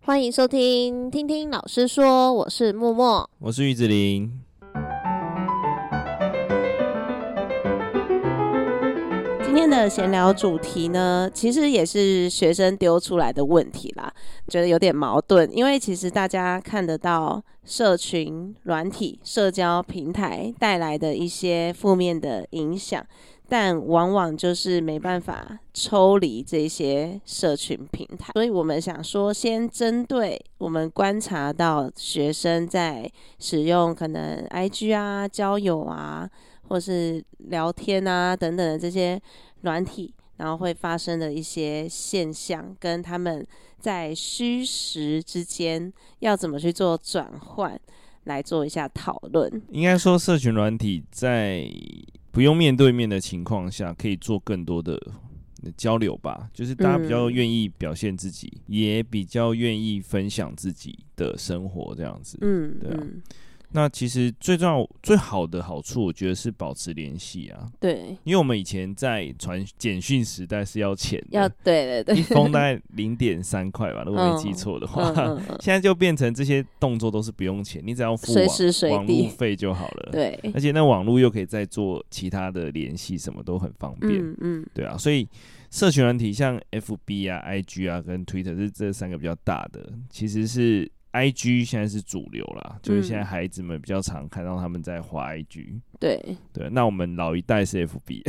欢迎收听《听听老师说》，我是默默。我是玉子林。今天的闲聊主题呢，其实也是学生丢出来的问题啦，觉得有点矛盾，因为其实大家看得到社群软体、社交平台带来的一些负面的影响，但往往就是没办法抽离这些社群平台，所以我们想说，先针对我们观察到学生在使用可能 IG 啊、交友啊。或是聊天啊等等的这些软体，然后会发生的一些现象，跟他们在虚实之间要怎么去做转换，来做一下讨论。应该说，社群软体在不用面对面的情况下，可以做更多的交流吧。就是大家比较嗯愿意表现自己，也比较愿意分享自己的生活，这样子。嗯，对啊嗯，那其实最重要、最好的好处，我觉得是保持联系啊。对，因为我们以前在传简讯时代是要钱的，要对对对，一封大概零点三块吧，如果没记错的话。嗯嗯嗯，现在就变成这些动作都是不用钱，你只要付随网时随网地路费就好了。对， 而且那网络又可以再做其他的联系，什么都很方便，嗯嗯对啊。所以社群软体像 FB 啊、IG 啊跟 Twitter 是这三个比较大的，其实是 IG 现在是主流啦，就是现嗯在孩子们比较常看到他们在滑 IG。对，对，那我们老一代是 FB，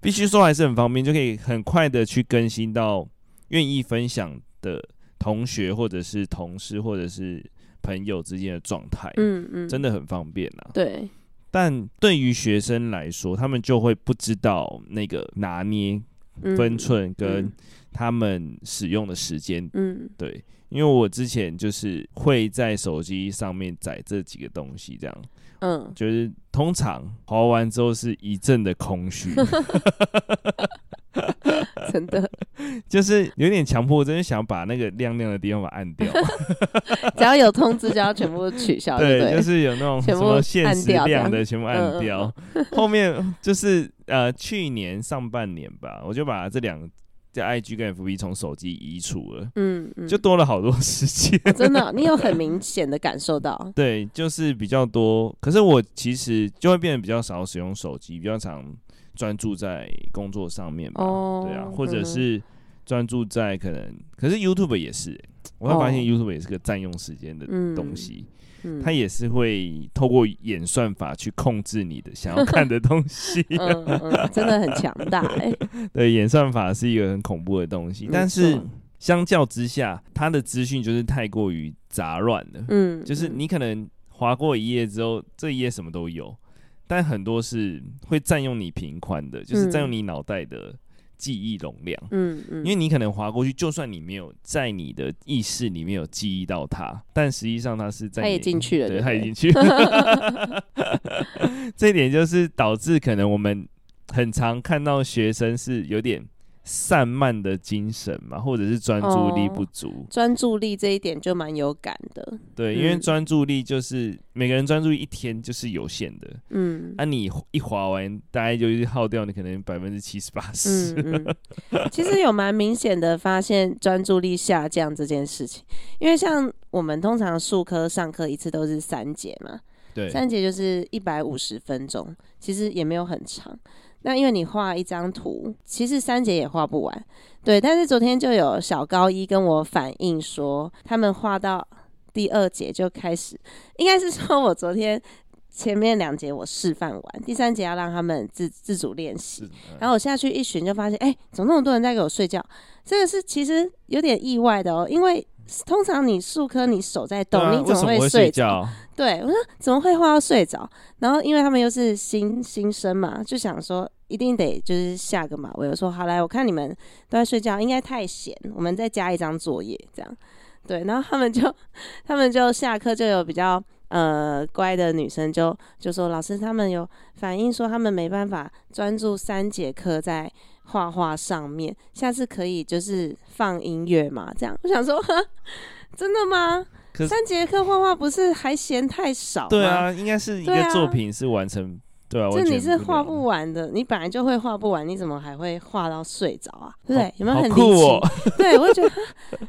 必须说还是很方便，就可以很快的去更新到愿意分享的同学或者是同事或者是朋友之间的状态，嗯嗯，真的的很方便啊。对，但对于学生来说，他们就会不知道那个拿捏嗯分，寸跟嗯他们使用的时间。嗯对，因为我之前就是会在手机上面载这几个东西，这样 嗯，就是通常滑完之后是一阵的空 虚，真的，就是有点强迫症，想把那个亮亮的地方把它按 掉。只要有通知就要全部取消，对不对，就啊对？是有那种什全部么限按时掉这量样的全部按嗯嗯 掉。后面就是呃，去年上半年吧，我就把这两这 IG 跟 FB 从手机移除了，嗯嗯，就多了好多时间。 哦真的哦，你有很明显的感受到，对，就是比较多。可是我其实就会变得比较少使用手机，比较常专注在工作上面吧。哦对啊，或者嗯是专注在可能，可是 YouTube 也是欸、我会发现哦 YouTube 也是个占用时间的嗯东西，嗯它也是会透过演算法去控制你的想要看 的东西。嗯嗯，真的很强大哎、 对，演算法是一个很恐怖的东西，没但是错相较之下，它的资讯就是太过于杂乱了。嗯，就是你可能划过一页之后，这一页什么都有，但很多是会占用你频宽的，就是占用你脑袋的记忆容量。嗯，嗯嗯，因为你可能划过去，就算你没有在你的意识里面有记忆到它，但实际上它是在他也你的进去了，对，不它已经去了。 这一点就是导致可能我们很常看到学生是有点散漫的精神嘛，或者是专注力哦不足。专注力这一点就蛮有感的，对，因为嗯专注力就是每个人专注力一天就是有限的， 嗯。啊，你一划完，大概就是耗掉你可能百分之七十八十嗯。嗯，其实有蛮明显的发现专注力下降这件事情，因为像我们通常数科上课一次都是三节嘛，对，三节就是一百五十分钟，其实也没有很长。那因为你画一张图，其实三节也画不完，对。但是昨天就有小高一跟我反映说，他们画到第二节就开始，应该是说我昨天前面两节我示范完，第三节要让他们自自主练习。是然后我下去一巡就发现，哎、怎么那么多人在给我睡觉？这个是其实有点意外的哦，因为通常你数科你手在动，对啊你为怎什么么会睡着？觉？对，我说怎么会画到睡着？然后因为他们又是新新生嘛，就想说一定得就是下个马威。我说好来，我看你们都在睡觉，应该太闲，我们再加一张作业这样。对，然后他们就 他们就下课就有比较呃乖的女生就就说老师他们有反映说他们没办法专注三节课在画画上面，下次可以就是放音乐嘛这样。我想说， 呵真的吗？可是三节课画画不是还嫌太少吗？对，啊，应该是一对个啊作品是完成对啊，就完全你是不画了不完的，你本来就会画不完，你怎么还会画到睡着啊？对不好对？有没有好很离酷奇？哦 对，我就觉得哈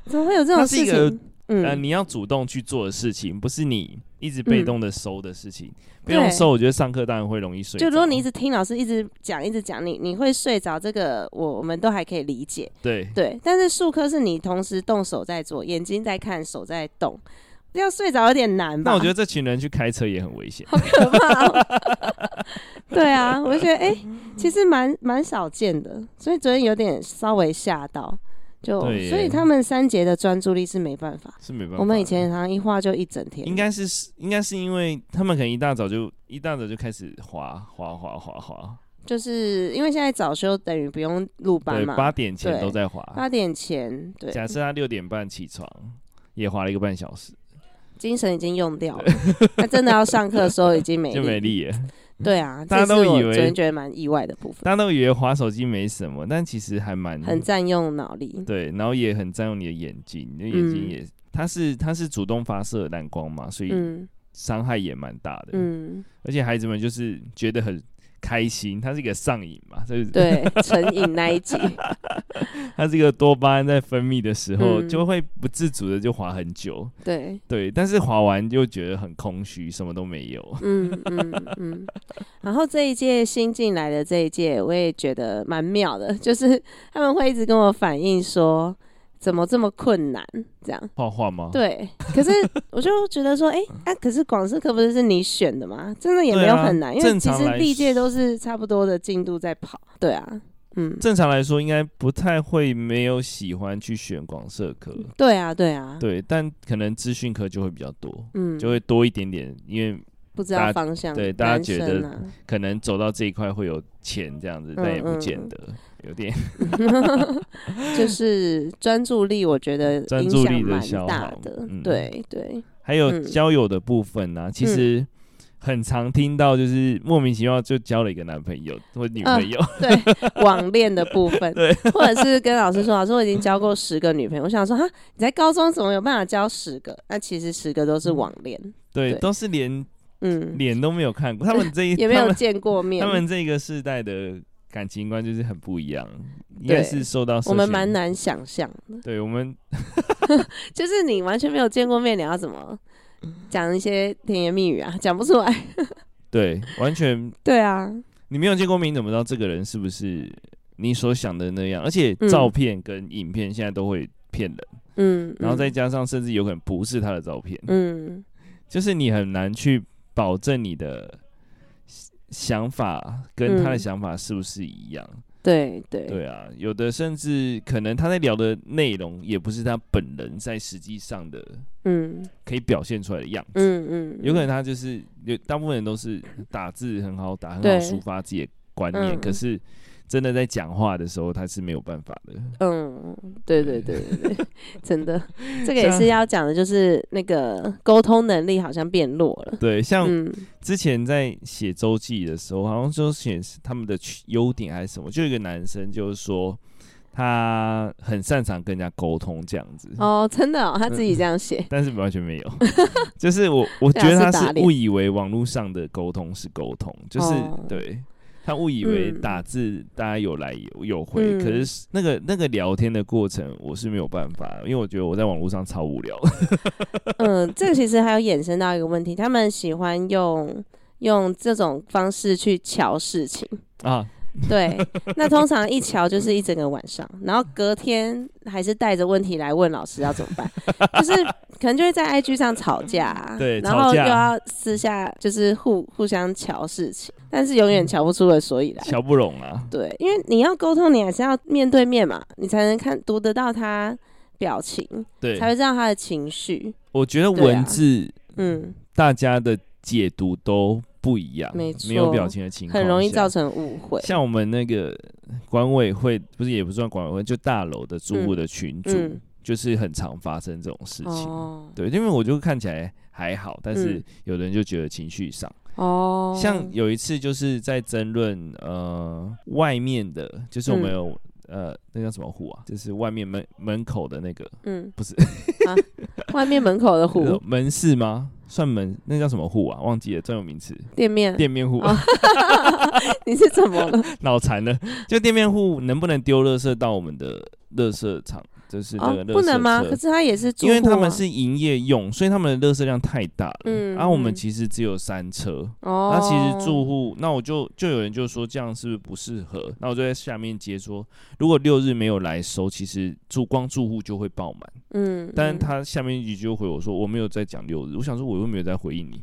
怎么会有这种它是事一个情？呃，嗯，你要主动去做的事情，不是你一直被嗯动的收的事情。被对动收，我觉得上课当然会容易睡着。就如果你一直听老师一直讲一直讲，你你会睡着，这个我我们都还可以理解。对对，但是术科是你同时动手在做，眼睛在看，手在动，要睡着有点难吧？那我觉得这群人去开车也很危险。好可怕、哦。对啊，我就觉得哎、其实蛮蛮少见的，所以昨天有点稍微吓到。就所对耶以他们三节的专注力是没办法。是没办法的。我们以前常常一画就一整天，应该是应该是因为他们可能一大早就一大早就开始滑滑滑滑滑，就是因为现在早休等于不用入班对，嘛，八点前都在滑。八点前，对，假设他六点半起床，也滑了一个半小时，精神已经用掉了，那真的要上课的时候已经 没就没力耶。对啊，大家这是都以我为昨天觉得蛮意外的部分，大家都以为滑手机没什么，但其实还蛮很占用脑力。对，然后也很占用你的眼睛，你的眼睛嗯也，它是它是主动发射的蓝光嘛，所以嗯伤害也蛮大的。嗯，而且孩子们就是觉得很开心，它是一个上瘾嘛，就是对， 成瘾那一集，它这个多巴胺在分泌的时候，嗯就会不自主的就滑很久。对，对，但是滑完就觉得很空虚，什么都没 有。嗯嗯嗯。然后这一届新进来的这一届，我也觉得蛮妙的，就是他们会一直跟我反映说，怎么这么困难这样。画画吗？对，可是我就觉得说，哎、嗯啊，可是广式课不是是你选的吗？真的也对没有啊很难，因为正其常实来历届说都是差不多的进度在跑。对啊，嗯，正常来说应该不太会没有喜欢去选广社科，对啊，对啊，对，但可能资讯科就会比较多，嗯，就会多一点点，因为不知大道家方向，对大家男觉生得啊、可能走到这一块会有钱这样子，但也不见嗯嗯得，有点 就是专注力，我觉得专影注响力的蛮消大耗的。嗯对对，还有嗯交友的部分呢、其实很常听到，就是莫名其妙就交了一个男朋友或女嗯朋友， 对网恋的部分对，或者是跟老师说，老师我已经交过十个女朋友，我想说哈，你在高中怎么有办法交十个？那其实十个都嗯是网恋，对，对都是连嗯，脸都没有看过，他们这一 也没他有们见过面他。们这个世代的感情观就是很不一样，应对该是受到社我们群蛮，难想象的，对我们就是你完全没有见过面，你要怎么嗯讲一些甜言蜜语啊？讲不出来。 对完全对啊，你没有见过面，你怎么知道这个人是不是你所想的那样？而且嗯照片跟影片现在都会骗人，嗯，然后再嗯加上甚至有可能不是他的照片，嗯，就是你很难去保证你的想法跟他的嗯想法是不是一样。对对对啊，有的甚至可能他在聊的内容也不是他本人在实际上的嗯可以表现出来的样子。嗯嗯，有可能他就是有大部分人都是打字很好打，很好对抒发自己的观念，嗯可是真的在讲话的时候，他是没有办法的。嗯，对对对 对对，真的，这个也是要讲的，就是那个沟通能力好像变弱了。对，像嗯之前在写周记的时候，好像就写他们的缺优点还是什么，就有一个男生就是说他很擅长跟人家沟通这样子。哦，真的、哦，他 自己这样写，但是完全没有，就是我我对觉啊得他是打是脸误以为网络上的沟通是沟通，就是、哦对他误以为嗯打字大家有来有有回，嗯可是那个那个聊天的过程我是没有办法，因为我觉得我在网络上超无聊。 嗯，这个其实还有衍生到一个问题，他们喜欢用用这种方式去瞧事情，啊，对，那通常一瞧就是一整个晚上，然后隔天还是带着问题来问老师要怎么办，就是可能就会在 IG 上吵架、啊，对然吵后又架要私下就是互互相瞧事情，但是永远瞧不出个所以来。瞧不拢啊，对，因为你要沟通，你还是要面对面嘛，你才能看读得到他表情，对才，会知道他的情绪。我觉得对啊文字、嗯，大家的解读都不一样，没有错表情的情况很容易下造成误会。像我们那个管委会，不是也不算管委会，就大楼的住户嗯的群主，嗯就是很常发生这种事情。哦对，因为我就看起来还好，但是嗯有的人就觉得情绪上，哦，像有一次就是在争论，呃，外面的，就是我们嗯有、呃，那叫什么户啊？就是外面门门口的那个，嗯不是 啊，外面门口的湖门市吗？算门那叫什么户啊？忘记了专有名词，店面，店面户，哦 你是怎 么了？脑残了。就店面户能不能丢垃圾到我们的垃圾场？就是那哦个，垃圾车、不能吗？可是他也是住户因啊，为他们是营业用，所以他们的垃圾量太大了。嗯然后、我们嗯其实只有三车，哦，那其实住户，那我就就有人就说这样是不是不适合？那我就在下面接说，如果六日没有来收，其实住光住户就会爆满。嗯，但是嗯他下面一句就回我说我没有在讲六日，我想说我又没有在回应 你。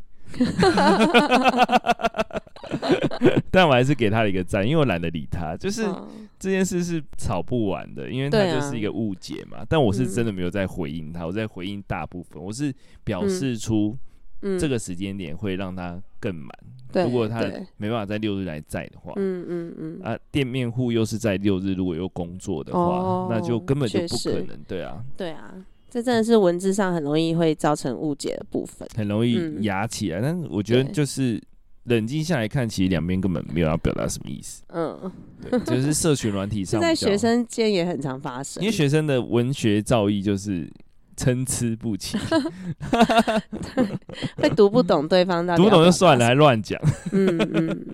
但我还是给他了一个赞，因为我懒得理他。就是嗯这件事是吵不完的，因为它对啊就是一个误解嘛。但我是嗯真的没有在回应他，我在回应大部分，我是表示出嗯这个时间点会让他更满。对如果他对没办法在六日来载的话，嗯嗯嗯，啊，店面户又是在六日如果有工作的话，哦那就根本就确不可实能，对啊，对啊，这真的是文字上很容易会造成误解的部分。很容易嗯压起来。但是我觉得对就是冷静下来看，其实两边根本没有要表达什么意思，嗯， 对，就是社群软体这上在比较学，生间也很常发生因为。学生的文学造诣就是参差不齐，会读不懂对方到 底读要不懂表就达算了，还乱讲，嗯嗯，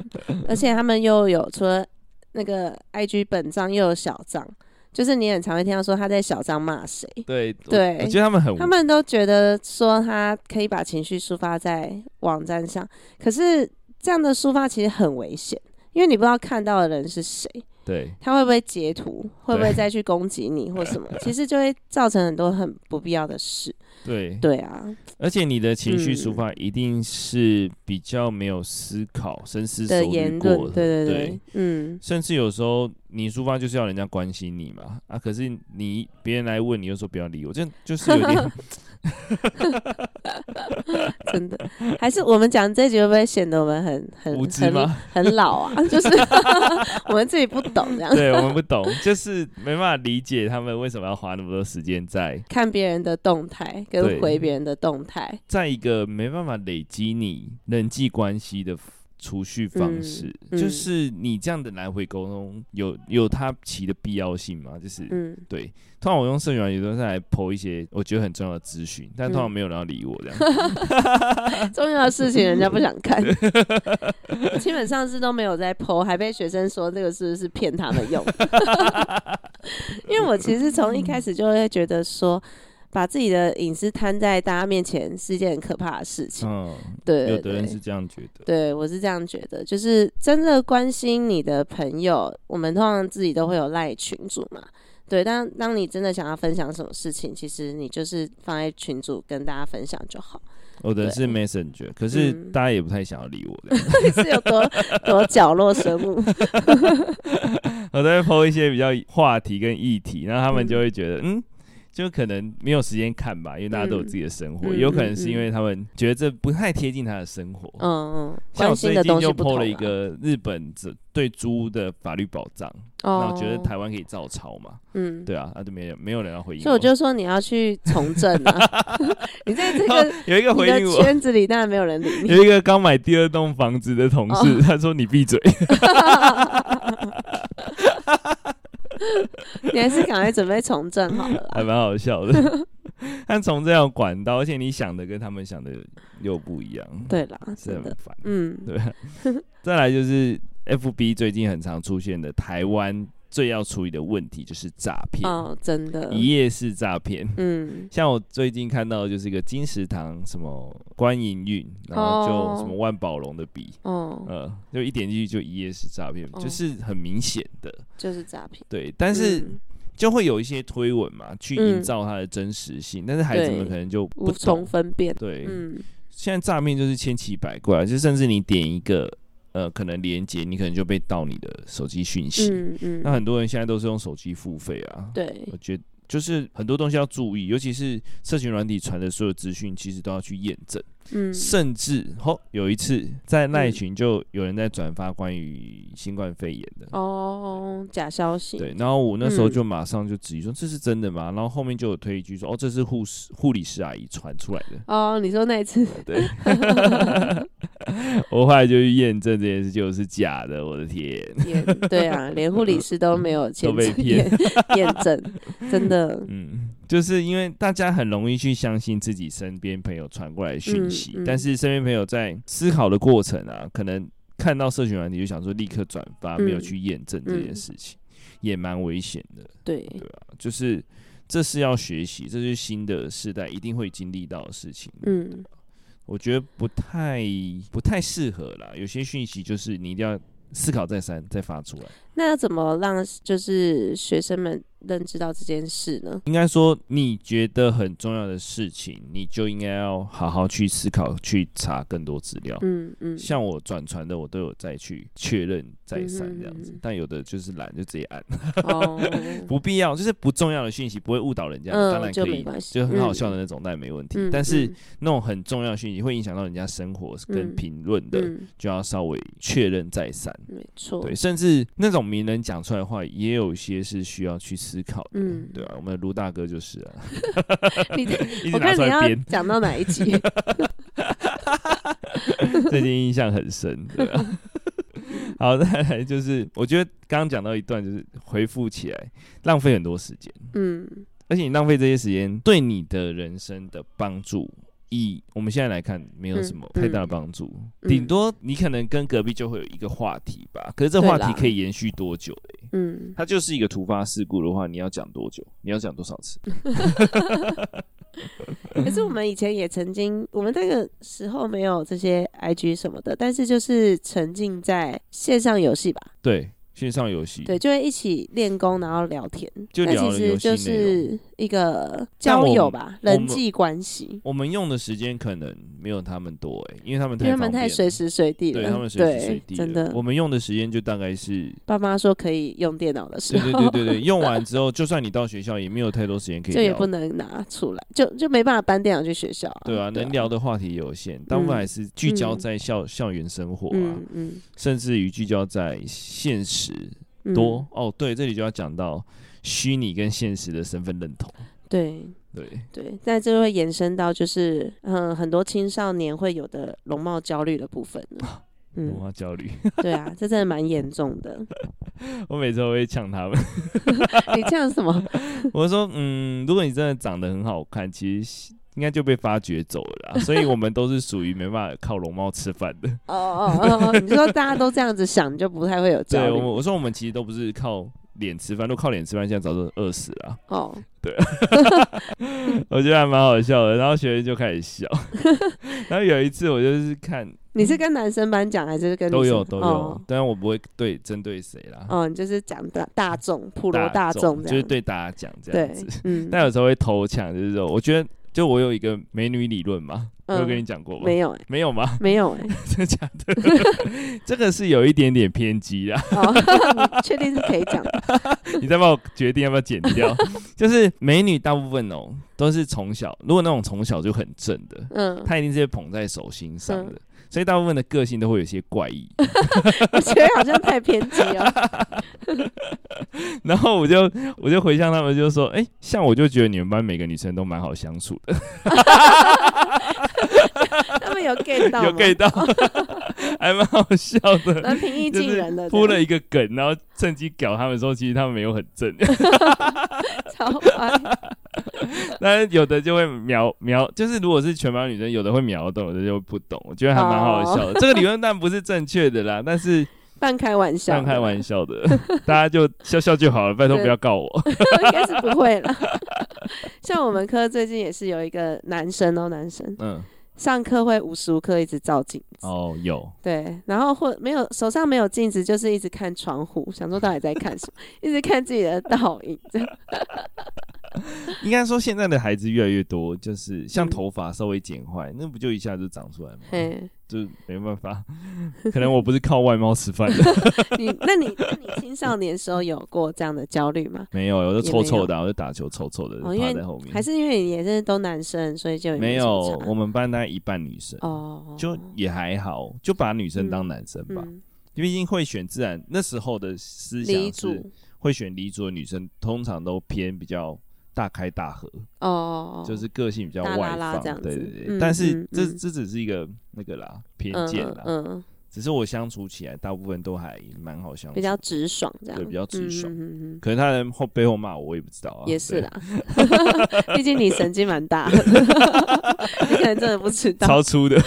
而且他们又有除了那个 IG 本账，又有小账，就是你很常会听到说他在小账骂谁，对我对我觉得他们很他们都觉得说他可以把情绪抒发在网站上，可是这样的抒发其实很危险，因为你不知道看到的人是谁，对。他会不会截图，会不会对再去攻击你 或什么，其实就会造成很多很不必要的事。对，对啊，而且你的情绪抒嗯发一定是比较没有思考、深思熟的虑言过论，的，对对对对，嗯，甚至有时候你抒发就是要人家关心你嘛，啊，可是你别人来问你又说不要理我，这样就是有点真的，还是我们讲这集会不会显得我们 很 无很知很吗？很老 啊，就是我们自己不懂 这样。对我们不懂，就是没办法理解他们为什么要花那么多时间在看别人的动态对跟回别人的动态，在一个没办法累积你人际关系的储蓄方式，嗯嗯就是你这样的来回沟通有有它其的必要性吗？就是。嗯，对，通常我用社群软体都是来剖一些我觉得很重要的资讯，但通常嗯没有人要理我这 样。重要的事情人家不想看， 基本上是都没有在 PO，还被学生说这个是不是骗他们用？ 因为我其实从一开始就会觉得说，把自己的隐私摊在大家面前是一件很可怕的事情。嗯，对有对的人对是这样觉得。对，我是这样觉得，就是真的关心你的朋友，我们通常自己都会有赖群主嘛。对，但当你真的想要分享什么事情，其实你就是放在群主跟大家分享就好。我的对是 Messenger，可是嗯大家也不太想要理我的。你 是有 多多角落生物？我都会 PO 一些比较话题跟议题，然后他们嗯就会觉得，嗯，就可能没有时间看吧，因为大家都有自己的生活，嗯嗯有可能是因为他们觉得这不太贴近他的生活。嗯嗯，像我关最近心的东西就不同 PO 啊了一，个日本这对猪的法律保障，然哦，后觉得台湾可以照抄嘛，嗯，对啊，那就没人没有人要回应。所以 我就说你要去从政啊，你在这 个有一个你回的应我，圈子里，当然没有人理你。有一个刚买第二栋房子的同哦事，他说你闭嘴，你还是赶快准备从政好了啦。还蛮好笑的。 但从这样管道，而且你想的跟他们想的又不一样，对啦，是啊真很的，烦。嗯， 对，再来就是 FB 最近很常出现的台湾最要处理的问题就是诈骗，哦，真的，一夜式诈骗。嗯，像我最近看到的就是一个金石堂什么关营运，然后哦就什么万宝龙的笔，哦，呃，就一点进去就一夜式诈骗，哦就是很明显的。就是诈骗，对，但是嗯就会有一些推文嘛，去营嗯造它的真实性，但是孩子们对可能就不无从懂。分辨。对，嗯现在诈骗就是千奇百怪，啊就甚至你点一个呃可能连接，你可能就被盗你的手机讯息。嗯那嗯，很多人现在都是用手机付费啊，对我觉得就是很多东西要注意，尤其是社群软体传的所有资讯，其实都要去验证。嗯，甚至哦，有一次在赖嗯群就有人在转发关于新冠肺炎的。哦，假消息，对，然后我那时候嗯就马上就质疑说、这是真的吗？然后后面就有推一句说哦，这是护士护理师阿姨传出来的。哦，你说那一次，对， 我后来就去验证这件事，就是假的。我的天，也对啊，连护理师都没有签嗯 被证骗验验证，真的，嗯，就是因为大家很容易去相信自己身边朋友传过来的讯息，嗯嗯但是身边朋友在思考的过程啊，可能看到社群软体就想说立刻转发，嗯没有去验证这件事情，也蛮危险的。对，啊就是这是要学习，这是新的世代一定会经历到的事情。嗯，我觉得不太不太适合啦，有些讯息就是你一定要思考再三再发出来。那要怎么让就是学生们认知到这件事呢？应该说，你觉得很重要的事情，你就应该要好好去思考，去查更多资料。嗯嗯，像我转传的，我都有再去确认再三这样嗯子哼嗯哼，但有的就是懒，就直接按， 哦，不必要，就是不重要的讯息不会误导人家，当嗯，然就可没以，关系，就很好嗯笑的，那种，但没问题嗯。但是嗯那种很重要的讯息会影响到人家生活跟嗯评论的，嗯，就要稍微确认再三。没错，对，甚至那种名人讲出来的话，也有一些是需要去思考的，嗯对啊，我们的卢大哥就是啊，你 一直我拿看出你来要 编，讲到哪一集？ 最近印象很深，对啊。好，再来就是，我觉得刚刚讲到一段，就是回复起来浪费很多时间，嗯而且你浪费这些时间对你的人生的帮助，以我们现在来看，没有什么嗯太大的帮助，嗯顶、多你可能跟隔壁就会有一个话题吧，可是这对话啦题可以延续多久、欸？嗯，它就是一个突发事故的话，你要讲多久？你要讲多少次？嗯可是我们以前也曾经，我们那个时候没有这些 IG 什么的，但是就是沉浸在线上游戏吧，对，线上游戏，对，就会一起练功，然后聊天，就那聊其了实游戏就内容。是一个但交我们友吧，我人们际关系，我们用的时间可能没有他们多哎、欸因为他们因太为他们方便了太随时随地了，对他们随对，时随地了真的我。们用的时间就大概是，爸妈说可以用电脑的时对候，对对对 对，用完之后，就算你到学校也没有太多时间可以就也聊，不能拿出来，就就没办法搬电脑去学校、啊，对啊，能聊的话题有限，大部分还是聚焦在校、校园生活啊，嗯嗯甚至于聚焦在现实嗯，多、哦。对，这里就要讲到虚拟跟现实的身份认同，对。对。对，那就会延伸到就是，嗯、很多青少年会有的容貌焦虑的部分 了我嗯，要焦虑， 对啊，这真的蛮严重的。我每次都会呛他们。你这样什么？我就说，嗯，如果你真的长得很好看，其实应该就被发掘走了啦。所以我们都是属于没办法靠容貌吃饭的。哦哦哦哦，你说大家都这样子想，你就不太会有焦对，我虑们我说我们其实都不是靠脸吃饭，都靠脸吃饭，现在早就饿死了啊、 哦。我觉得还蛮好笑的，然后学生就开始 笑。然后有一次我就是看你是跟男生班讲还是跟女嗯都有都生有哦，当然我不会对针对谁啦，哦，你就是讲大大众普罗大众这就是样。对大家讲这样对子。，嗯，但有时候会偷抢，就是说，我觉得就我有一个美女理论嘛，我有嗯跟你讲过吗？没有哎，没有吗？没有哎，真的假的？ 这个是有一点点偏激 啦， 哦，你确定是可以讲的？你再帮我决定要不要剪掉。就是美女大部分哦都是从小，如果那种从小就很正的，嗯，她一定是被捧在手心上的，所以大部分的个性都会有一些怪异。 我觉得好像太偏激哦了。然后我就我就回向他们，就说：“哎、像我就觉得你们班每个女生都蛮好相处的，他们有 get 到吗？有 get 到， 还蛮好笑的。”蛮平易就近是人的，铺 对了一个梗，然后趁机搞他们说，其实他们没有很正，超啊坏。 但是有的就会描描，就是如果是全班女生，有的会描懂，有的就不懂。我觉得还蛮好笑的。这个理论当然不是正确的 啦，但是半开玩笑的，像开玩笑的， 大家就笑笑就好了，拜托对不要告 我。 应该是不会了。像我们科最近也是有一个男生哦，男生嗯，上课会无时无刻一直照镜子，哦，有，对，然后或没有手上没有镜子，就是一直看窗户，想说到底在看什么， 一直看自己的倒影，这样应该说现在的孩子越来越多，就是像嗯头发稍微剪坏，那不就一下就长出来吗？嘿，就没办 法，可能我不是靠外貌吃饭 的，你那你那你青少年时候有过这样的焦虑吗？没有，我就也臭没臭有的啊，我就打球臭臭的，哦因为趴在后面还。是因为你也是都男生，所以就也没什有么，差我们班大概一半女生，哦，就也还好，就把女生当男生吧。嗯，毕竟会选自然，那时候的思离想组是会选离族的女生，通常都偏比较大开大合，哦，就是个性比较大外拉拉这样放。对子对对，嗯但是嗯这、嗯这只是一个那个啦偏嗯见啦，嗯，嗯只是我相处起来，大部分都还蛮好相处，比较直爽这样，对比较直爽嗯嗯嗯嗯可能他人后背后骂我，我也不知道啊。也是对啦， 毕竟你神经蛮大的， 你可能真的不知道。超粗的。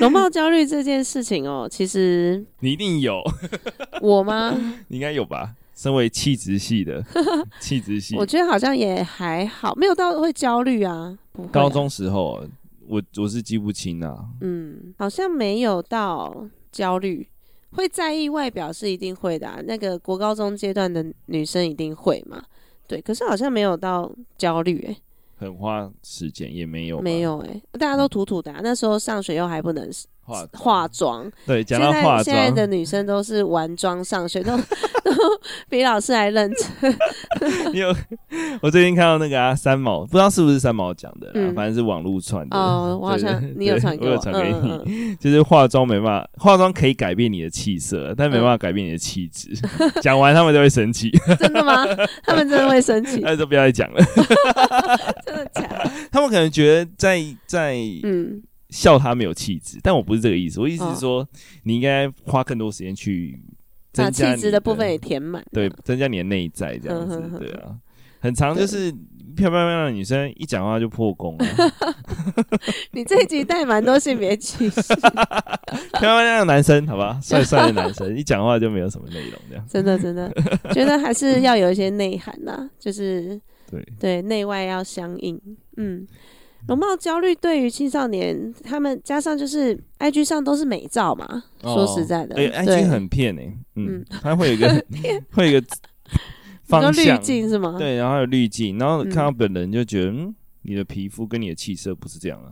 容貌焦虑这件事情哦，其实你一定有， 我吗？你应该有吧？身为气质系的，气质系，我觉得好像也还好，没有到会焦虑啊，不会啊高，中时候我我是记不清啊，嗯，好像没有到焦虑。会在意外表是一定会的、啊，那个国高中阶段的女生一定会嘛，对。可是好像没有到焦虑、欸，很花时间也没有吧，没有哎、大家都土土的啊、那时候上学又还不能化化妆，对，现讲到在化现在妆，的女生都是玩妆上学，都 都比老师还 认真。 你有我最近看到那个啊三毛，不知道是不是三毛讲的啦，嗯反正是网络传的。哦，我好像对你有对传给我有传给嗯嗯嗯，就是化妆没办法，化妆可以改变你的气嗯色，但没办法改变你的气质。 讲、完他们都会生气， 嗯真的吗？ 他们真的会生气，那就不要再讲 了。真的假 的？他们可能觉得在在嗯，笑他没有气质，但我不是这个意思，我意思哦是说，你应该花更多时间去把增加气你质的部分也填满。对，增加你的内在这样嗯哼子，哼对啊，很常就是漂漂亮亮的女生一讲话就破功 了，你这一集带蛮多性别 歧视，漂漂亮亮的男生，好吧，帅帅的男生 一讲话就没有什么内容这样，真的真的，觉得还是要有一些内涵呐、就是对，对内外要相应。嗯，容貌焦虑对于青少年，他们加上就是 IG 上都是美照嘛，说实在的，哎对。 ，IG 很骗哎，嗯嗯，它会有一 个 会有一个你说方滤向，镜是吗？对，然后还有滤镜，然后嗯看到本人就觉得，嗯，你的皮肤跟你的气色不是这 样啊，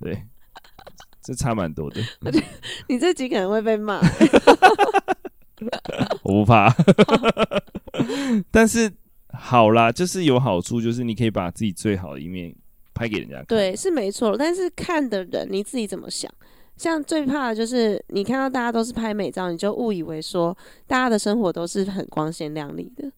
对，这差蛮多的，你这集可能会 被骂。我不怕，但是好啦，就是有好处，就是你可以把自己最好的一面拍给人家看，对，是没错，但是看的人你自己怎么想？像最怕的就是你看到大家都是拍美照，你就误以为说大家的生活都是很光鲜亮丽的。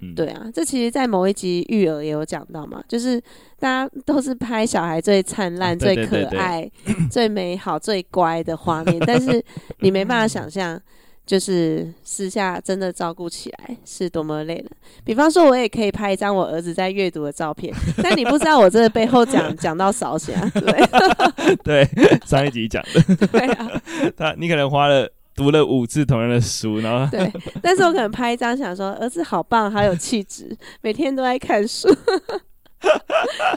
嗯对啊，这其实，在某一集育儿也有讲到嘛，就是大家都是拍小孩最灿烂、啊对最对可对对爱、最美好、最乖的画面，但是你没办法想象，就是私下真的照顾起来是多么累了。比方说，我也可以拍一张我儿子在阅读的照片，但你不知道我这个背 后讲讲到少些啊，对 对，上一集讲 的，对啊，他你可能花了读了五次同样的书，然后对。但是我可能拍一张，想说儿子好棒，好有气质，每天都在看书，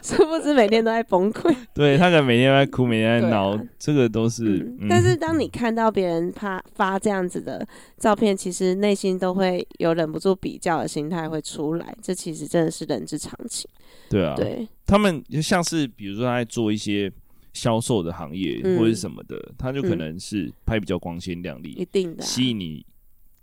殊不知每天都在崩溃。对他可能每天在哭，每天在闹对啊，这个都是嗯，嗯但是当你看到别人发发这样子的照片，其实内心都会有忍不住比较的心态会出来，这其实真的是人之常情。对啊，对，他们就像是比如说他在做一些销售的行业嗯或者是什么的，他就可嗯能是拍比较光鲜亮一丽，定的、啊。吸引你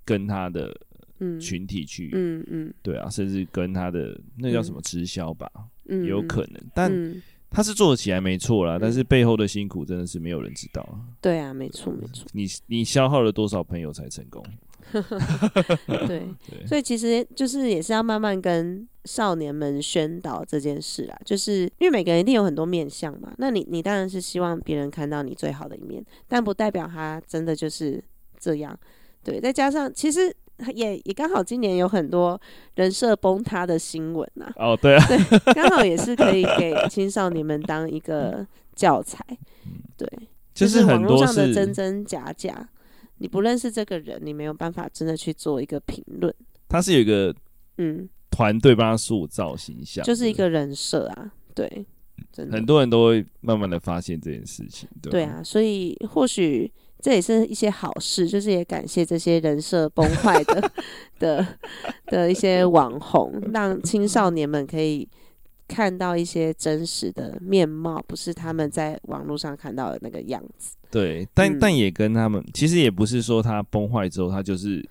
跟他的嗯群体去嗯嗯对啊，甚至跟他的那叫什么直销吧，嗯，也有可能。但嗯、他是做得起来没错啦，嗯但是背后的辛苦真的是没有人知道啊。对啊，没错没错，你你消耗了多少朋友才成功？ 对。对，所以其实就是也是要慢慢跟少年们宣导这件事啦，就是因为每个人一定有很多面相嘛，那你你当然是希望别人看到你最好的一面，但不代表他真的就是这样。对，再加上其实也也刚好今年有很多人设崩塌的新闻啊，哦，对 啊，刚好也是可以 给青少年们当一个教材。对，就是网很络多上的真是真假假，你不认识这个人，你没有办法真的去做一个评论。他是有一个嗯。团队帮他塑造形象，就是一对个人设啊，对，真的很多人都会慢慢的发现这件事情。对对吧，啊，所以或许这也是一些好事，就是也感谢这些人设崩 坏的的的一些网红，让青少年们可以看到一些真实的面貌，不是他们在网络上看到的那个样子。对，但、嗯但也跟他们其实也不是说他崩坏之后他就是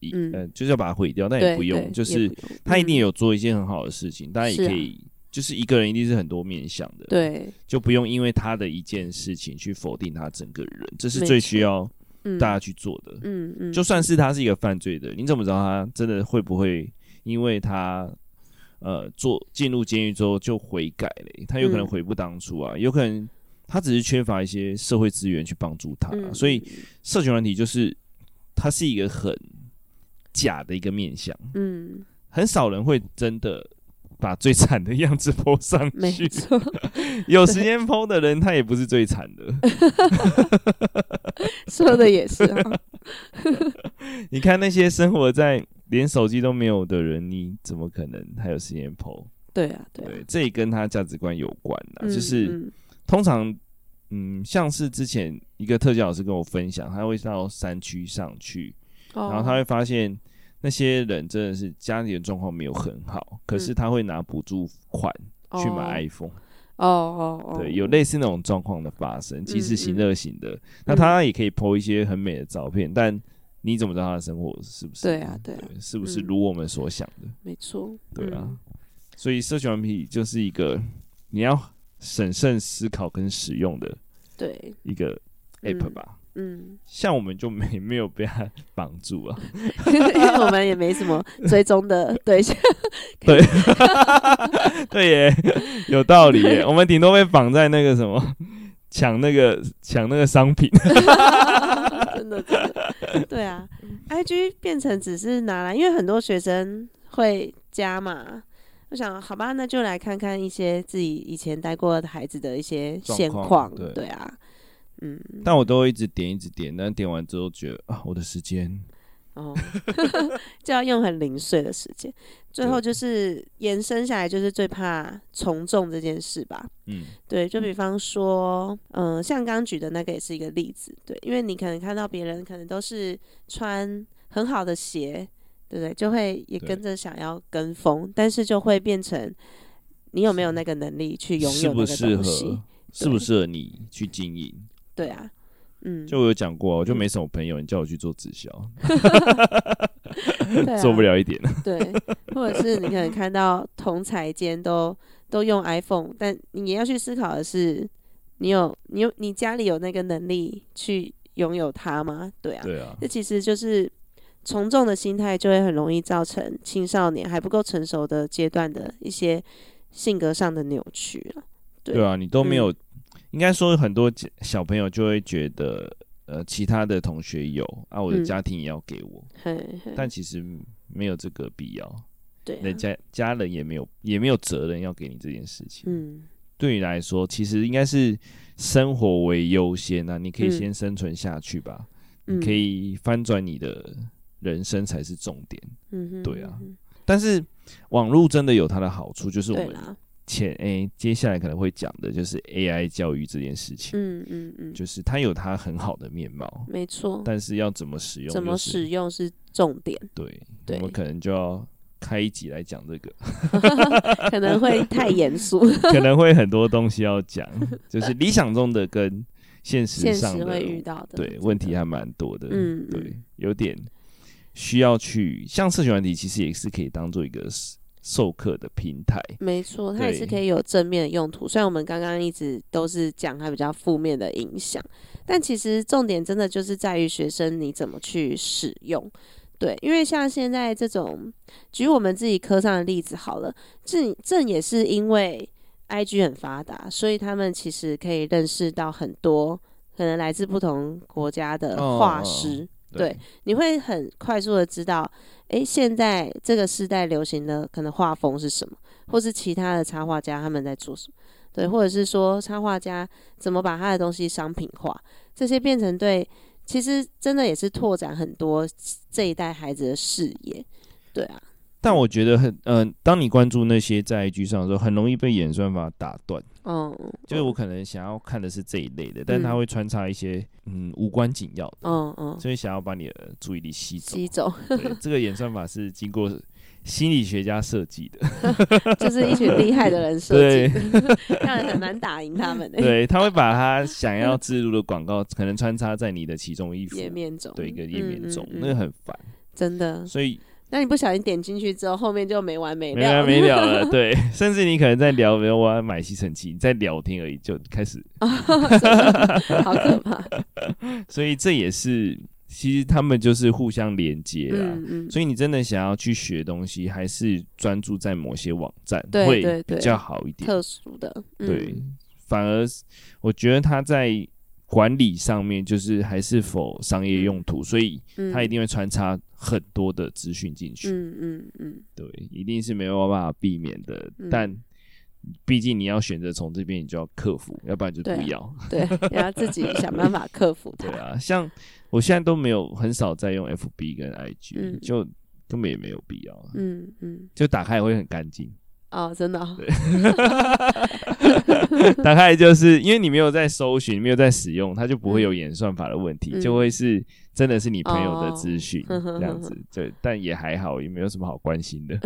一。嗯呃，就是要把它毁掉，但对，也不用，对就也是不用他一定嗯有做一些很好的事情，大家是也啊可以，就是一个人一定是很多面向的，，对，就不用因为他的一件事情去否定他整个人，这是没最错需要嗯，大家去做的。嗯嗯，就算是他是一个犯罪的，你怎么知道他真的会不会因为他呃做进入监狱之后就悔改嘞？他有可能嗯悔不当初啊，有可能。他只是缺乏一些社会资源去帮助他，嗯啊所以社群软体就是它是一个很假的一个面相，嗯，很少人会真的把最惨的样子 po 上没去。错， 有时间 po 的人，他也不是最惨的。说的也是、啊，你看那些生活在连手机都没有的人，你怎么可能还有时间 po？对啊，对啊对，，这也跟他价值观有关啦，嗯就是。嗯通常，嗯，像是之前一个特教老师跟我分享，他会到山区上去，哦然后他会发现那些人真的是家里的状况没有很好，可是他会拿补助款去买 iPhone，、嗯哦哦哦，对，有类似那种状况的发生，及时行乐型的，那嗯他也可以 po 一些很美的照片，但你怎么知道他的生活是不是？对啊对啊，是不是嗯如我们所想的？没错，对啊，嗯所以社群软体就是一个你要审慎思考跟使用的对，一个 app 嗯吧。 嗯，像我们就没没有被他绑住啊， 因为我们也没什么追踪的对 象，对耶，有道理 耶。我们顶多被绑在那个什么抢那个抢那个商品，真的真的，对啊，IG 变成只是拿来，因为很多学生会加嘛。我想，好吧，那就来看看一些自己以前带过的孩子的一些现状况对对啊，嗯，但我都会一直点一直点，但点完之后觉得啊，我的时间哦， 就要用很零碎的时间。最后就是延伸下来，就是最怕从众这件事吧。嗯对，就比方说，嗯、像刚举的那个也是一个例子，对，因为你可能看到别人可能都是穿很好的鞋，对不对？就会也对跟着想要跟风，但是就会变成你有没有那个能力去拥适有不那个适东西合？，适不适合你去经营？对啊，嗯，就我有讲过啊，我就没什么朋友，你叫我去做直销，对啊做不了一点。对，或者是你可能看到同财间都都用 iPhone，但你也要去思考的是，你有你有你家里有那个能力去拥有它吗？ 对啊，对啊，这其实就是从众的心态，就会很容易造成青少年还不够成熟的阶段的一些性格上的扭曲啊。对对啊，你都没嗯有，应该说很多家小朋友就会觉得，呃，其他的同学有啊，我的嗯家庭也要给我，嘿嘿但其实没有这个必要，对啊、人家家人也没有也没有责任要给你这件事情。嗯，对你来说，其实应该是生活为优先啊，你可以嗯先生存下去吧，嗯你可，以翻转你的人生才是重点。嗯哼对啊嗯哼但是网络真的有它的好处，就是我对们啦，前诶、接下来可能会讲的就是 AI 教育这件事情，嗯嗯嗯，就是它有它很好的面貌，没错，但是要怎么使用、就是，怎么使用是重点。对，对我们可能就要开一集来讲这个。 可能会太严肃，可能会很多东西要讲， 就是理想中的跟现实现上实的会遇到的。对问题还蛮多的，嗯对嗯，有点需要去像社群软体，其实也是可以当做一个 s- 授课的平台，没错，它也是对可以有正面的用途。虽然我们刚刚一直都是讲它比较负面的影响，但其实重点真的就是在于学生你怎么去使用。对，因为像现在这种，举我们自己科上的例子好了，这这也是因为 IG 很发达，所以他们其实可以认识到很多可能来自不同国家的哦画师。对，你会很快速的知道，诶，现在这个时代流行的可能画风是什么，或是其他的插画家他们在做什么，对，或者是说插画家怎么把他的东西商品化，这些变成对，其实真的也是拓展很多这一代孩子的视野，对啊，但我觉得很，嗯、当你关注那些在 IG 上的时候，很容易被演算法打断。嗯，就是我可能想要看的是这一类的，但它嗯会穿插一些嗯无关紧要的，嗯嗯，所以想要把你的注意力吸走。吸走对，这个演算法是经过心理学家设计 的，就是一群厉害的人设计对的， 让人很难打赢他们的、对，他会把他想要植入的广告可能穿插在你的其中一幅页面中，对一个页嗯面中，嗯嗯那个很烦，真的，所以那你不小心点进去之后，后面就没完没了。没完没了了。对， 甚至你可能在聊，比如我要买吸尘器，你在聊天而已就开始， 真的好可 怕。所以这也是其实他们就是互相连接啦。嗯嗯，啊所以你真的想要去学东西，还是专注在某些网站对会对比对较好一点。特殊的，嗯对，反而我觉得它在管理上面就是还是否商业用途，所以嗯它一定会穿插很多的资讯进去，嗯嗯嗯，对，一定是没有办法避免的。嗯但毕竟你要选择从这边，你就要克服，要不然就对啊不要。对， 然后自己想办法克服它 对。啊，像我现在都没有很少在用 FB 跟 IG，、嗯就根本也没有必要啊，嗯嗯，就打开也会很干 净。哦，真的哦、打开就是因为你没有在搜寻，没有在使用，它就不会有演算法的问题，嗯就会是真的是你朋友的哦资讯、呵呵呵嗯这样子。对，但也还好，也没有什么好关心的，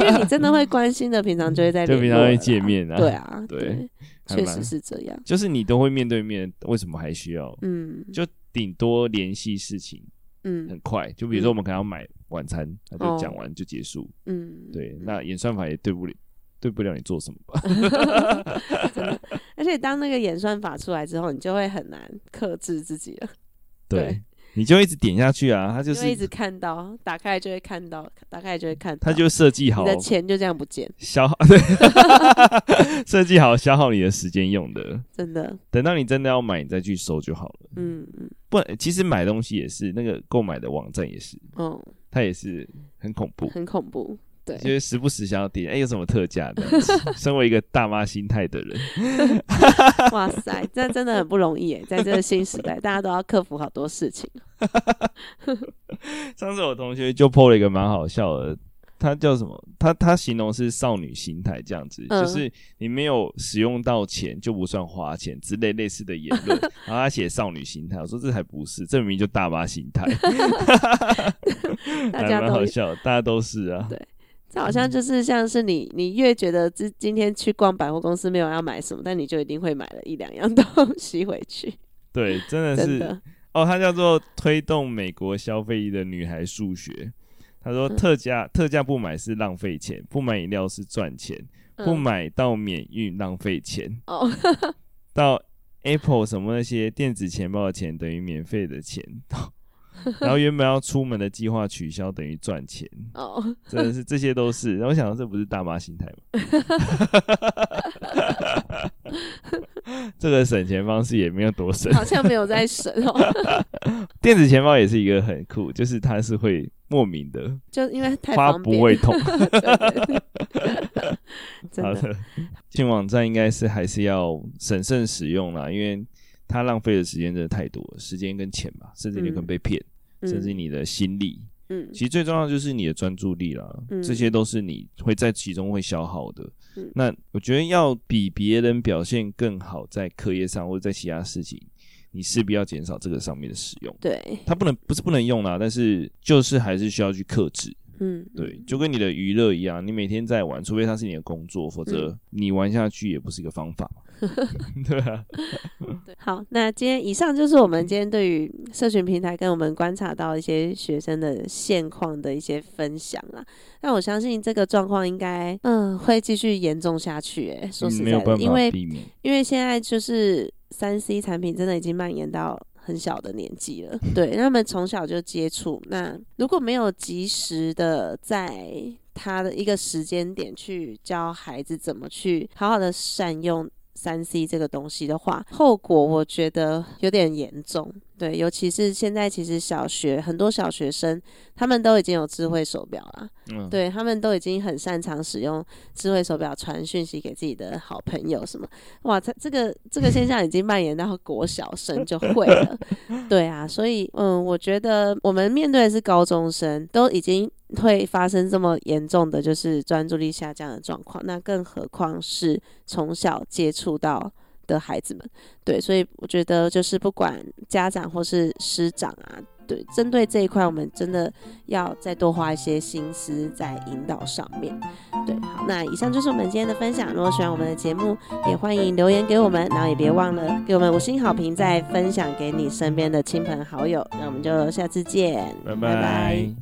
因为你真的会关 心的，平常就会在就联平络常会了见啦。面啊。对，啊，对对，还确蛮实是这样。就是你都会面对面，为什么还需要？嗯，就顶多联系事情嗯哦很快，就比如说我们可能要买晚餐，那就讲完就结束。嗯，对，那演算法也对不了，对不了你做什么吧？而且当那个演算法出来之后，你就会很难克制自己了，对对，你就一直点下去啊，它就因为一是直看到，打开来就会看到，打开来就会看到，它就设计好你的钱就这样不见，消耗， 对，设计好消耗你的时间用的。真的。等到你真的要买，你再去搜就好了。嗯嗯不，其实买东西也是，那个购买的网站也是，哦，它也是很恐怖，嗯很恐怖。 对，就是时不时想要点，哎、有什么特价的？ 这样子身为一个大妈心态的人， 哇塞，这真的很不容 易诶，在这个新时代，大家都要克服好多事情。啊上次我同学就 PO 了一个蛮好笑的，他叫什么？他他形容是少女心态这样子，嗯就是你没有使用到钱就不算花钱之类类似的言 论。然后他写少女心态，我说这还不是，这明明就大妈心 态，大还家蛮都好笑，大家都是啊对。这好像就是像是你，你越觉得今今天去逛百货公司没有要买什么，但你就一定会买了一两样东西回去，对，真的真是的。哦，它叫做推动美国消费意的女孩数学。他说嗯特价、特价不买是浪费钱，不买饮料是赚钱，不嗯买到免运浪费钱。哦，到 Apple 什么那些电子钱包的钱等于免费的钱， 然后原本要出门的计划取消等于赚钱，哦，真 的是这些都是。然后我想到这不是大妈心态吗？这个省钱方式也没有多省，好像没有在省哦， 电子钱包也是一个很酷，就是它是会莫名的就因为太花方不便， 会痛。对对对 真好的，的，进网站应该是还是要审慎使用啦，因为它浪费的时间真的太多了，时间跟钱吧，甚至你可能被骗，甚至嗯你的心力。嗯其实最重要的就是你的专注力啦，嗯这些都是你会在其中会消耗的。嗯那我觉得要比别人表现更好，在课业上或者在其他事情，你势必要减少这个上面的使用。对，它不能不是不能用啦，但是就是还是需要去克制。嗯对，就跟你的娱乐一样，你每天在玩，除非它是你的工作，否则嗯你玩下去也不是一个方法嘛。对啊，好，那今天以上就是我们今天对于社群平台跟我们观察到一些学生的现况的一些分享啦。那我相信这个状况应该嗯会继续严重下去、欸，说实嗯没在有的，办因为法避免。因为现在就是三 C 产品真的已经蔓延到很小的年纪了，对，那他们从小就接触，那如果没有及时的在他的一个时间点去教孩子怎么去好好的善用。三 C 这个东西的话，后果我觉得有点严重。对，尤其是现在，其实小学很多小学生他们都已经有智慧手表啦，嗯，对他们都已经很擅长使用智慧手表传讯息给自己的好朋友什么，哇，这这个这个现象已经蔓延到国小生就会了，对啊，所以嗯，我觉得我们面对的是高中生，都已经会发生这么严重的就是专注力下降的状况，那更何况是从小接触到。的孩子们，对，所以我觉得就是不管家长或是师长啊，对，针对这一块，我们真的要再多花一些心思在引导上面。对，好，那以上就是我们今天的分享。如果喜欢我们的节目，也欢迎留言给我们，然后也别忘了给我们五星好评，再分享给你身边的亲朋好友。那我们就下次见，拜拜